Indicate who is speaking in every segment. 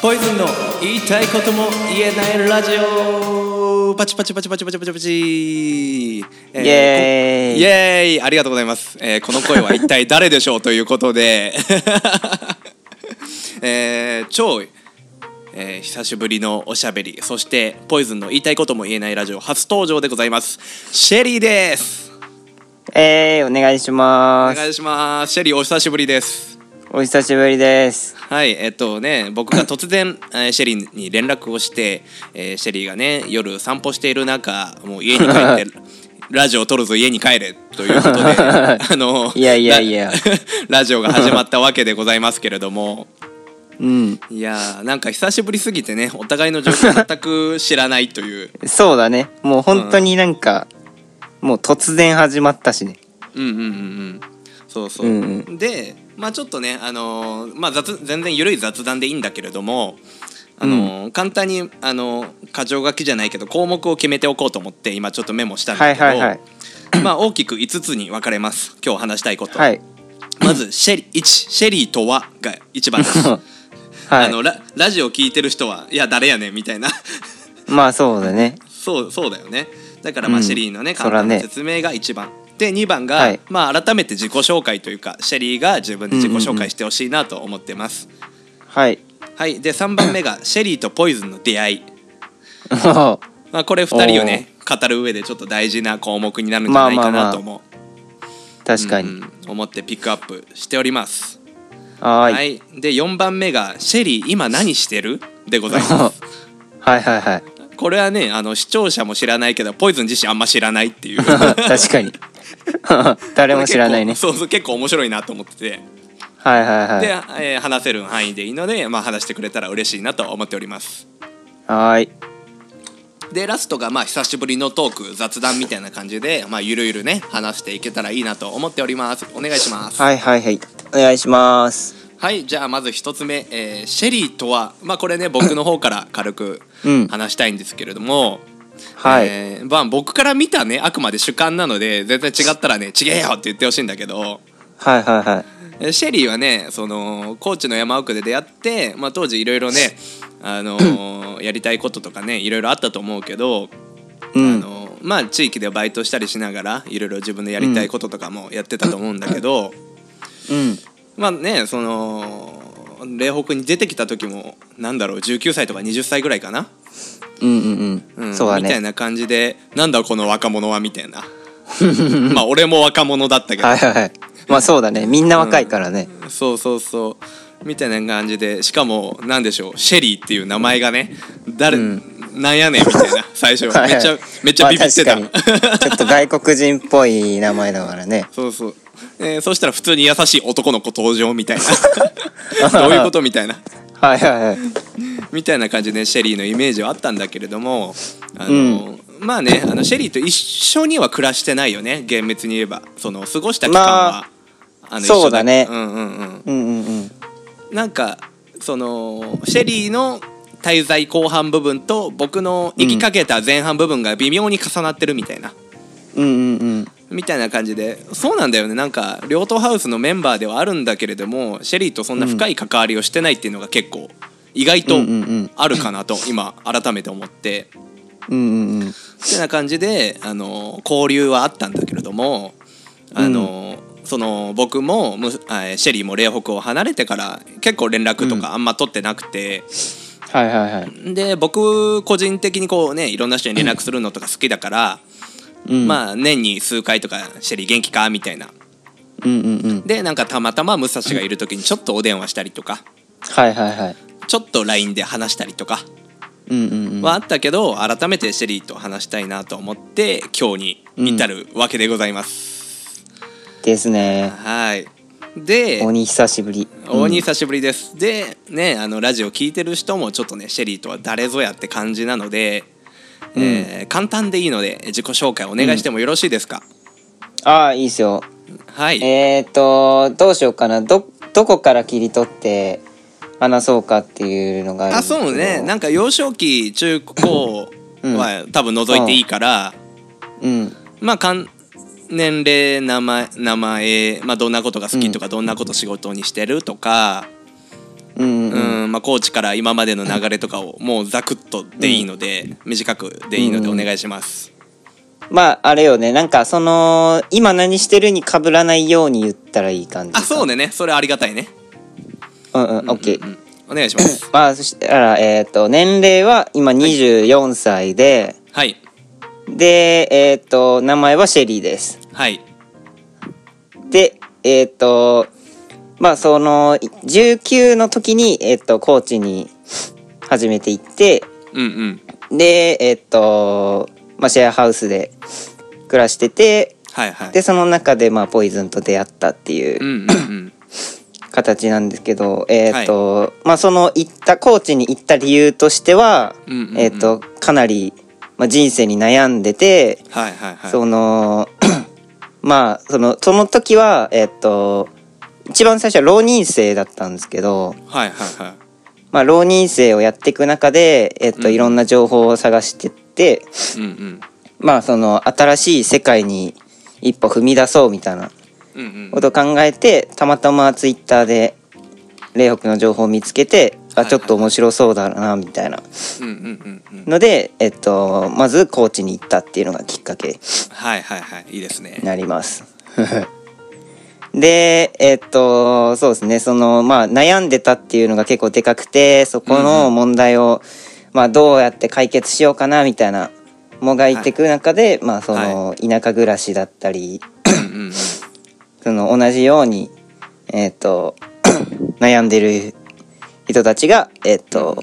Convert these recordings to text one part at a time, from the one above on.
Speaker 1: ポイズンの言いたいことも言えないラジオパチパチパチパチパチパチパチ、えー
Speaker 2: イエーイ
Speaker 1: こイエーイありがとうございます、えーこの声は一体誰でしょうということで、 えー超、えー久しぶりのおしゃべりそしてポイズンの言いたいことも言えないラジオ初登場でございますシェリーです
Speaker 2: えー、お願いし
Speaker 1: お
Speaker 2: ます
Speaker 1: 願いしますシェリーお久しぶりです
Speaker 2: お久しぶりです
Speaker 1: はいえっとね僕が突然えーシェリーに連絡をして、えーシェリーがね夜散歩している中もう家に帰 ってラジオを撮るぞ家に帰れということであの
Speaker 2: いやいやいや
Speaker 1: ララ ジオが始まったわけでございますけれども
Speaker 2: うん
Speaker 1: いやーなんか久しぶりすぎてねお互いの状況全く知らないという
Speaker 2: そうだねもう本当になんか、もう突然始まったしね
Speaker 1: うんうんうんうんそうそう、
Speaker 2: うん
Speaker 1: でまあちょっとねあのーまあ雑全然緩い雑談でいいんだけれどもあのー簡単にあのー箇条書きじゃないけど項目を決めておこうと思って今ちょっとメモしたん
Speaker 2: は
Speaker 1: だ
Speaker 2: い
Speaker 1: けど、
Speaker 2: はいはい
Speaker 1: まあ大きく5つに分かれます今日話したいこと、
Speaker 2: はい
Speaker 1: まずシェリ1シェリーとはが一番です、
Speaker 2: は
Speaker 1: あの
Speaker 2: い
Speaker 1: ララジオ聞いてる人はいや誰やねんみたいな
Speaker 2: まあそうだね
Speaker 1: そうそうだよねだからまあ
Speaker 2: うん
Speaker 1: シェリーのね、
Speaker 2: そ
Speaker 1: 簡
Speaker 2: ら
Speaker 1: 単
Speaker 2: ね
Speaker 1: な説明が一番、で2番が、
Speaker 2: はい
Speaker 1: まあ改めて自己紹介というかシェリーが自分で自己紹介してほしいなと思ってます、
Speaker 2: はい
Speaker 1: はいで3番目 がシェリーとポイズンの出会い、
Speaker 2: ま
Speaker 1: まあ、これ2人をね語る上でちょっと大事な項目になるんじゃないかなと思う、
Speaker 2: 確かに、
Speaker 1: うんうん思ってピックアップしております
Speaker 2: はーい
Speaker 1: で4番目が「シェリー今何してる?」でございます
Speaker 2: はいはいはい
Speaker 1: これはねあの視聴者も知らないけどポイズン自身あんま知らないっていう
Speaker 2: 確かに 誰も知らない ね
Speaker 1: 結構そうそう結構面白いなと思ってて、
Speaker 2: はいはいはい
Speaker 1: で、えー話せる範囲でいいので、まあ、話してくれたら嬉しいなと思っております
Speaker 2: はーい
Speaker 1: でラストがまあ久しぶりのトーク雑談みたいな感じで、 まあ、ゆるゆるね話していけたらいいなと思っておりますお願いしますはい、
Speaker 2: はいはいはいお願いします
Speaker 1: じゃあまず一つ目、えーシェリーとは、まあ、これね僕の方から軽く
Speaker 2: うん
Speaker 1: 話したいんですけれども、
Speaker 2: はい、
Speaker 1: えーまあ、僕から見たねあくまで主観なので全然違ったらね「ちげえよ!」って言ってほしいんだけど
Speaker 2: はいはいはい
Speaker 1: えーシェリーはねその高知の山奥で出会って、まあ、当時いろいろね、あの ーやりたいこととかねいろいろあったと思うけど、
Speaker 2: うん
Speaker 1: あのーまあ、地域でバイトしたりしながらいろいろ自分でやりたいこととかもやってたと思うんだけど、
Speaker 2: うん
Speaker 1: まあねその嶺北に出てきた時もなんだろう19歳とか20歳ぐらいかな、
Speaker 2: うんうんうん、
Speaker 1: ん
Speaker 2: そうだ
Speaker 1: みたい
Speaker 2: ね
Speaker 1: な感じでなんだこの若者はみたい なまあ俺も若者だったけど
Speaker 2: はいはいはいまあそうだねみんな若いからね、
Speaker 1: そうそうそうみたいな感じでしかも何でしょうシェリーっていう名前がね誰、なんやねんみたいな最初
Speaker 2: はいは
Speaker 1: めっ
Speaker 2: い
Speaker 1: ちゃめっちゃビビってた、
Speaker 2: まあ確かにちょっと外国人っぽい名前だか らね
Speaker 1: そうそう、えーそしたら普通に優しい男の子登場みたい などういうことみたいな
Speaker 2: はいはいはい
Speaker 1: みたいな感じでシェリーのイメージはあったんだけれどもあの、まあねあのシェリーと一緒には暮らしてないよね厳密に言えばその過ごした期間は、
Speaker 2: ま
Speaker 1: あの一緒
Speaker 2: そうだね
Speaker 1: うんうんうん
Speaker 2: うんうんうん
Speaker 1: なんかそのシェリーの滞在後半部分と僕の行きかけた前半部分が微妙に重なってるみたいな、
Speaker 2: うんうんうん
Speaker 1: みたいな感じでそうなんだよねなんか両党ハウスのメンバーではあるんだけれどもシェリーとそんな深い関わりをしてないっていうのが結構意外と
Speaker 2: うんうんうん
Speaker 1: あるかなと今改めて思って
Speaker 2: うんうんうん
Speaker 1: てな感じであの交流はあったんだけれどもあの、その僕もむあえシェリーも嶺北を離れてから結構連絡とかあんま取ってなくて。
Speaker 2: はいはいはい
Speaker 1: で僕個人的にこうねいろんな人に連絡するのとか好きだから、
Speaker 2: うん
Speaker 1: まあ年に数回とか「シェリー元気か?」みたいな
Speaker 2: うんうんうん
Speaker 1: でなんかたまたま武蔵がいる時にちょっとお電話したりとか
Speaker 2: はいはいはい
Speaker 1: ちょっと LINE で話したりとか
Speaker 2: うんうんうん
Speaker 1: はあったけど、改めてシェリーと話したいなと思って今日に至るわけでございます、
Speaker 2: ですね
Speaker 1: はいで
Speaker 2: 鬼久しぶり
Speaker 1: 大に久しぶりです、でねあのラジオ聞いてる人もちょっとねシェリーとは誰ぞやって感じなので、えー簡単でいいので自己紹介お願いしてもよろしいですか、
Speaker 2: ああいいっすよ
Speaker 1: はい、
Speaker 2: えーとどうしようかなどどこから切り取って話そうかっていうのがあるん
Speaker 1: あ
Speaker 2: ですけど
Speaker 1: そうねなんか幼少期中高は多分覗いていいから、
Speaker 2: うん
Speaker 1: まあかん年齢名前名前、まあ、どんなことが好きとか、どんなこと仕事にしてるとか、
Speaker 2: うんうん
Speaker 1: うんまあ、コーチから今までの流れとかをもうザクッとでいいので、短くでいいのでお願いします。
Speaker 2: まああれよねなんかその今何してるに被らないように言ったらいい感じ
Speaker 1: あそうねねそれありがたいね。
Speaker 2: うんうんオッケー
Speaker 1: うんお願いします。
Speaker 2: まあそしたらえっ、と年齢は今24歳で、
Speaker 1: はい
Speaker 2: でえっ、と名前はシェリーです
Speaker 1: はい
Speaker 2: でえっ、とまあその19の時にえっ、とコーチに始めていって
Speaker 1: うんうん
Speaker 2: でえっ、とまあシェアハウスで暮らしてて
Speaker 1: はいはい。
Speaker 2: でその中でまあポイズンと出会ったっていう
Speaker 1: うんうんうん
Speaker 2: 形なんですけど、えーとまあ、その行った高知に行った理由としては、
Speaker 1: うんうんうん
Speaker 2: えー、とかなり、まあ、人生に悩んでて、
Speaker 1: はいはいはい。
Speaker 2: その まあそのその時は、えー、と一番最初は浪人生だったんですけど、
Speaker 1: はいはいはい。
Speaker 2: まあ、浪人生をやっていく中で、えーと
Speaker 1: うん
Speaker 2: いろんな情報を探してって、
Speaker 1: うんうん
Speaker 2: まあ、その新しい世界に一歩踏み出そうみたいな
Speaker 1: うんうん
Speaker 2: ことを考えてたまたまツイッターで霊北の情報を見つけて
Speaker 1: はい
Speaker 2: あ
Speaker 1: はい
Speaker 2: ちょっと面白そうだなみたいな
Speaker 1: うんうんうんうん
Speaker 2: ので、えっと、まず高知に行ったっていうのがきっかけ
Speaker 1: はいはいはいいいですね
Speaker 2: に。なり ます。でえっとそうですねそのまあ悩んでたっていうのが結構でかくてそこの問題を、まあ、どうやって解決しようかなみたいなもがいてく中で、まあその田舎暮らしだったり
Speaker 1: うんうんうん
Speaker 2: その同じように、えっ、と、 悩んでる人たちが、えっ、と、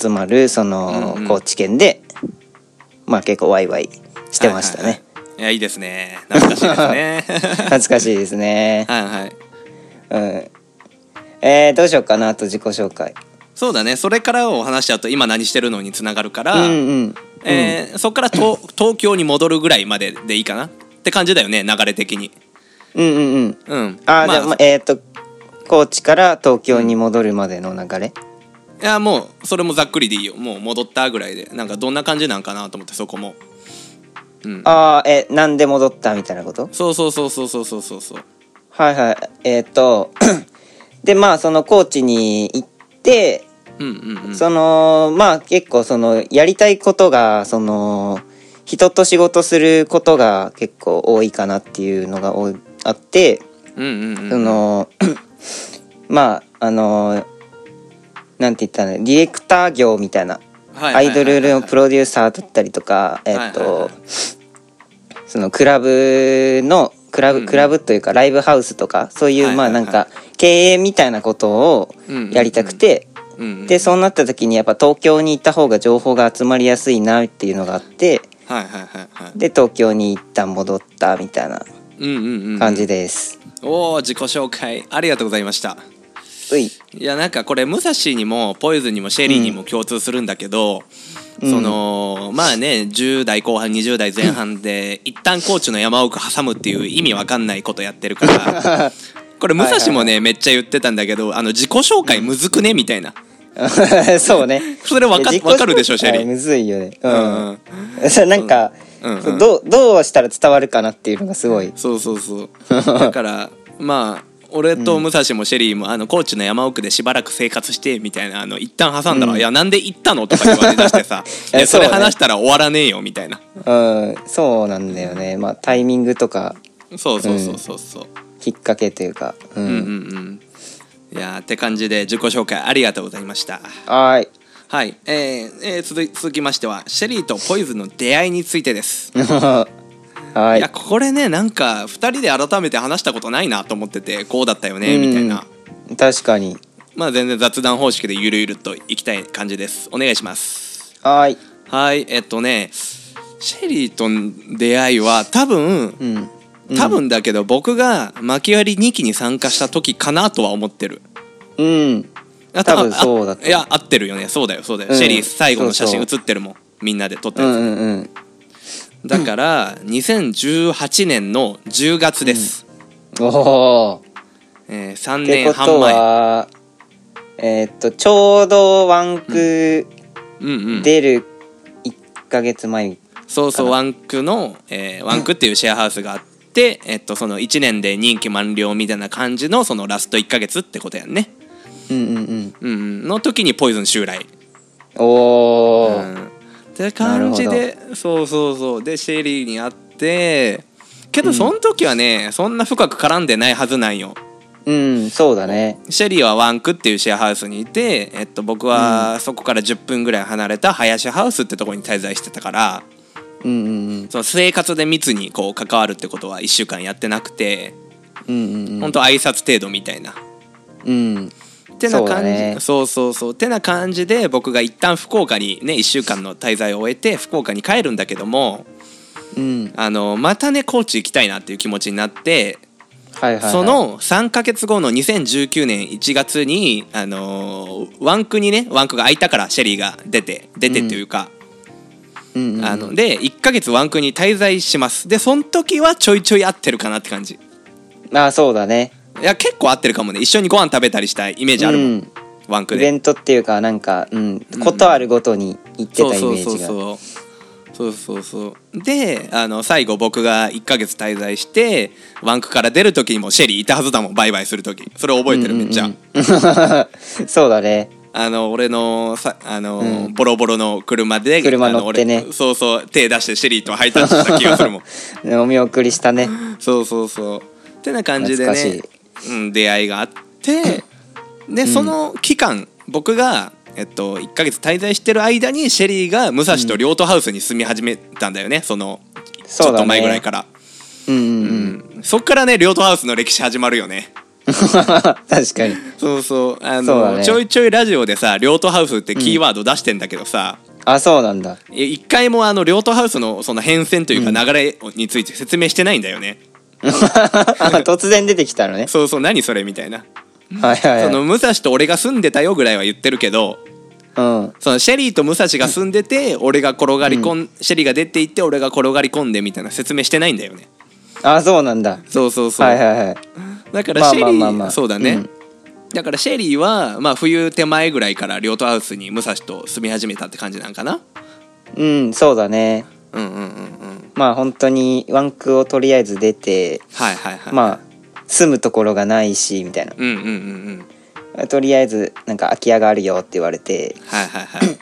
Speaker 2: 集まる、その、
Speaker 1: うんうん
Speaker 2: 高知県で、まあ結構ワイワイしてましたね。
Speaker 1: はいはいはいいやいいですね。懐かしいですね。
Speaker 2: 懐かしいで すね。
Speaker 1: はいはい。
Speaker 2: うん。えー、どうしようかな、あと自己紹介。
Speaker 1: そうだね。それからを話しちゃうと今何してるのにつながるから、
Speaker 2: うんうん。
Speaker 1: えーそこから と東京に戻るぐらいまででいいかなって感じだよね流れ的に。
Speaker 2: うんうんうん。
Speaker 1: うん。
Speaker 2: あー、
Speaker 1: ま
Speaker 2: じゃあ、まあえっ、と、高知から東京に戻るまでの流れ。
Speaker 1: いやもうそれもざっくりでいいよ。もう戻ったぐらいでなんかどんな感じなんかなと思ってそこも。うん。
Speaker 2: ああ、えー、なんで戻ったみたいなこと
Speaker 1: そうそうそうそうそうそうそうそう。
Speaker 2: はいはいえっ、と でまあその高知に行って、
Speaker 1: うんうんうん。
Speaker 2: そのまあ結構そのやりたいことがその人と仕事することが結構多いかなっていうのが多いあって、
Speaker 1: うんうん
Speaker 2: そ
Speaker 1: うん。
Speaker 2: の まああのなんて言ったらいいのディレクター業みたいな
Speaker 1: はい
Speaker 2: ア
Speaker 1: はいはい
Speaker 2: イ
Speaker 1: はい
Speaker 2: ドルのプロデューサーだったりとか、えっ、と、
Speaker 1: はいはいはい
Speaker 2: そのクラブのクラブ、
Speaker 1: うん
Speaker 2: クラブというかライブハウスとかそういう、
Speaker 1: はいはいはい
Speaker 2: まあなんか経営みたいなことをやりたくて、
Speaker 1: うんうん、
Speaker 2: でそうなった時にやっぱ東京に行った方が情報が集まりやすいなっていうのがあって
Speaker 1: はいはいはいはい。
Speaker 2: で東京に一旦戻ったみたいな
Speaker 1: うんうんうん。
Speaker 2: 感じです。
Speaker 1: おお自己紹介ありがとうございました
Speaker 2: うい
Speaker 1: いやなんかこれ武蔵にもポイズンにもシェリーにも共通するんだけど、そのまあね10代後半20代前半で一旦高知の山奥挟むっていう意味わかんないことやってるから これ武蔵もねめっちゃ言ってたんだけどあの自己紹介むずくねみたいな
Speaker 2: そうね
Speaker 1: それわか
Speaker 2: いや自己
Speaker 1: わかるでしょシェリ
Speaker 2: 紹介
Speaker 1: ー
Speaker 2: むずいよねう
Speaker 1: うんうん
Speaker 2: ん、それ なんか、
Speaker 1: うんうん
Speaker 2: そうどうどうしたら伝わるかなっていうのがすごい
Speaker 1: そうそうそうだからまあ俺と武蔵もシェリーも、あの高知の山奥でしばらく生活してみたいなあの一旦挟んだら「いやなんで行ったの?」とか言われ出して さ「
Speaker 2: いや
Speaker 1: いやそれ
Speaker 2: そうね
Speaker 1: 話したら終わらねえよ」みたいな
Speaker 2: うん、そうなんだよね。まあタイミングとか
Speaker 1: そうそうそうそうそう
Speaker 2: きっかけというか。うん。
Speaker 1: うんうんうんいやーって感じで自己紹介ありがとうございました
Speaker 2: はーい。
Speaker 1: はい、えーえー続い続きましてはシェリーとポイズンの出会いについてです、
Speaker 2: はー
Speaker 1: い、
Speaker 2: い。
Speaker 1: やこれねなんか2人で改めて話したことないなと思っててこうだったよね
Speaker 2: うん
Speaker 1: みたいな
Speaker 2: 確かに。
Speaker 1: まあ全然雑談方式でゆるゆるといきたい感じですお願いします
Speaker 2: はーい。
Speaker 1: はいえっとねシェリーとの出会いは多分、
Speaker 2: うん。
Speaker 1: 多分だけど僕が薪割り2期に参加した時かなとは思ってる
Speaker 2: うん。
Speaker 1: あ
Speaker 2: 多分そうだ
Speaker 1: あいや合ってるよねそうだよそうだよ、
Speaker 2: うん
Speaker 1: シェリー最後の写真
Speaker 2: そう
Speaker 1: 写ってるもんみんなで撮った
Speaker 2: う
Speaker 1: や
Speaker 2: ん
Speaker 1: つ、
Speaker 2: うんうん。
Speaker 1: だから2018年の10月です、
Speaker 2: おお。っ
Speaker 1: えー3
Speaker 2: て
Speaker 1: 年
Speaker 2: こ
Speaker 1: 半
Speaker 2: と
Speaker 1: 前
Speaker 2: は、えーっと、ちょうどワンク
Speaker 1: うんうん
Speaker 2: 出る1ヶ月前。
Speaker 1: そうそうワンクの、えーワンクっていうシェアハウスがあって、えっと、その1年で任期満了みたいな感じのそのラスト1ヶ月ってことやんね
Speaker 2: うんうんうん
Speaker 1: うんうん、の時にポイズン襲来、
Speaker 2: お
Speaker 1: う
Speaker 2: お、
Speaker 1: ん、って感じ
Speaker 2: な
Speaker 1: でそうそうそうでシェリーに会ってけどその時はね、そんな深く絡んでないはずなんよ
Speaker 2: うん、そうだね。
Speaker 1: シェリーはワンクっていうシェアハウスにいて、えっと、僕はそこから10分ぐらい離れた林ハウスってとこに滞在してたから
Speaker 2: うんうんうん
Speaker 1: その生活で密にこう関わるってことは1週間やってなくて、
Speaker 2: うんうん
Speaker 1: ほんと挨拶程度みたいな
Speaker 2: うんうん
Speaker 1: てな
Speaker 2: そうだ
Speaker 1: 感じ
Speaker 2: ね
Speaker 1: そうそうそうてな感じで僕が一旦福岡にね1週間の滞在を終えて福岡に帰るんだけども
Speaker 2: うん
Speaker 1: あのまたね高知行きたいなっていう気持ちになって、
Speaker 2: はいはいはい
Speaker 1: その3ヶ月後の2019年1月にあのーワンクにねワンクが空いたからシェリーが出て出てというか、
Speaker 2: うんうん
Speaker 1: あので1ヶ月ワンクに滞在しますでその時はちょいちょい合ってるかなって感じ
Speaker 2: まあそうだね。
Speaker 1: いや結構合ってるかもね一緒にご飯食べたりしたイメージあるもん、
Speaker 2: うん
Speaker 1: ワンク
Speaker 2: イ
Speaker 1: で
Speaker 2: ベントっていうかなんか、うん、ことあるごとに行って
Speaker 1: そう
Speaker 2: たイメ
Speaker 1: そうそ
Speaker 2: ー
Speaker 1: う
Speaker 2: ジが。
Speaker 1: そうそうそうそうであの最後僕が1ヶ月滞在してワンクから出る時にもシェリーいたはずだもんバイバイする時それ覚えてるめっちゃ、
Speaker 2: そうだね。
Speaker 1: あの俺のさあの、ボロボロの車で
Speaker 2: 車
Speaker 1: あの
Speaker 2: 乗ってね
Speaker 1: 俺そうそう手出してシェリーとハイタッチした気がする もん
Speaker 2: お見送りしたね。
Speaker 1: そうそうそうってな感じで
Speaker 2: 懐
Speaker 1: ね
Speaker 2: か、
Speaker 1: うん、出会いがあ ってでその期間僕が、えっと、1ヶ月滞在してる間にシェリーが武蔵と両都ハウスに住み始めたんだよねそのちょ
Speaker 2: そう
Speaker 1: っ
Speaker 2: だね
Speaker 1: と前ぐらいから
Speaker 2: うんうんう
Speaker 1: そ,、
Speaker 2: ん。
Speaker 1: うん、そっからね両都ハウスの歴史始まるよね
Speaker 2: 確かに。
Speaker 1: そうそうあの
Speaker 2: そうだね
Speaker 1: ちょいちょいラジオでさ両都ハウスってキーワード出してんだけどさ、
Speaker 2: あ、そうなんだ。
Speaker 1: え一回もあの両党ハウスのその変遷というか流れについて説明してないんだよね、
Speaker 2: 突然出てきたのね。
Speaker 1: そうそう何それみたいな、
Speaker 2: はいはい
Speaker 1: そ
Speaker 2: はい。
Speaker 1: の武蔵と俺が住んでたよぐらいは言ってるけど
Speaker 2: うん。
Speaker 1: そのシェリーと武蔵が住んでて俺が転がり込ん、シェリーが出ていって俺が転がり込んでみたいな説明してないんだよね
Speaker 2: あ、そうなんだ。
Speaker 1: そうそうそう、
Speaker 2: はいはいはい。
Speaker 1: だから
Speaker 2: まあ
Speaker 1: シェリー、
Speaker 2: まあまあまあ
Speaker 1: そうだね、
Speaker 2: うん
Speaker 1: だからシェリーは、まあ、冬手前ぐらいから両党ハウスに武蔵と住み始めたって感じなんかな
Speaker 2: うん、そうだね。
Speaker 1: うんうんうんうん
Speaker 2: まあ本当にワンクをとりあえず出て、
Speaker 1: はいはいはい、
Speaker 2: まあ住むところがないしみたいな。
Speaker 1: うんうんうんうん
Speaker 2: とりあえずなんか空き家があるよって言われて
Speaker 1: はいはいはい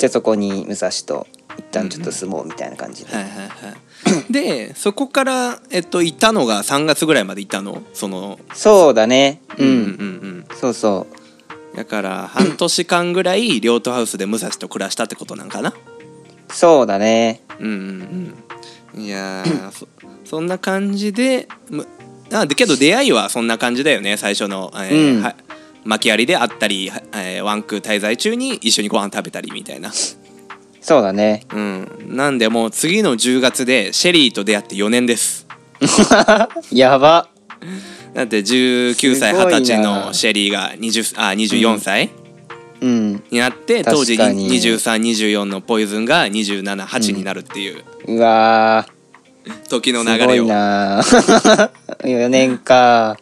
Speaker 2: じゃあそこに武蔵と一旦ちょっと住もうみたいな感じで、
Speaker 1: はいはいはい、でそこから、えっと、いたのが3月ぐらいまでいたのその
Speaker 2: そうだねうん、
Speaker 1: うんうん
Speaker 2: そうそ
Speaker 1: だから半年間ぐらい両都ハウスで武蔵と暮らしたってことなんかな
Speaker 2: うそうだね
Speaker 1: うんうんうんいや ーそそんな感じでむあでけど出会いはそんな感じだよね最初の、えー
Speaker 2: うん
Speaker 1: は巻きありであったり、はえーワンクー滞在中に一緒にご飯食べたりみたいな、
Speaker 2: そうだね
Speaker 1: うん、なんでもう次の10月でシェリーと出会って4年です
Speaker 2: やば
Speaker 1: だって19歳
Speaker 2: すごい
Speaker 1: 二
Speaker 2: な
Speaker 1: 十歳のシェリーが20あ24歳
Speaker 2: うん
Speaker 1: になって、当時
Speaker 2: 確かに
Speaker 1: 2324のポイズンが278になるっていう
Speaker 2: うわ
Speaker 1: 時の
Speaker 2: ー
Speaker 1: 流
Speaker 2: すご
Speaker 1: れ
Speaker 2: い
Speaker 1: を、
Speaker 2: な4年か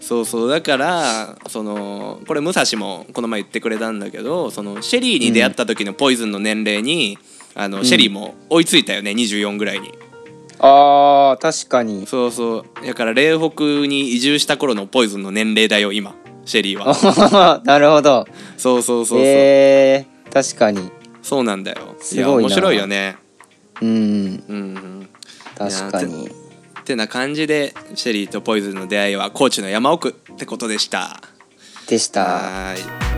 Speaker 1: そうそうだからそのこれ武蔵もこの前言ってくれたんだけどそのシェリーに出会った時のポイズンの年齢に、あのシェリーも追いついたよね24ぐらいに
Speaker 2: あー確かに
Speaker 1: そうそうだから嶺北に移住した頃のポイズンの年齢だよ今シェリーは
Speaker 2: なるほど
Speaker 1: そうそうそうそう、
Speaker 2: えー、確かに
Speaker 1: そうなんだよ
Speaker 2: すごいな
Speaker 1: や面白いよね
Speaker 2: うん
Speaker 1: うんうん
Speaker 2: 確かに
Speaker 1: ってな感じでシェリーとポイズンの出会いは高知の山奥ってことでした
Speaker 2: でした
Speaker 1: はーい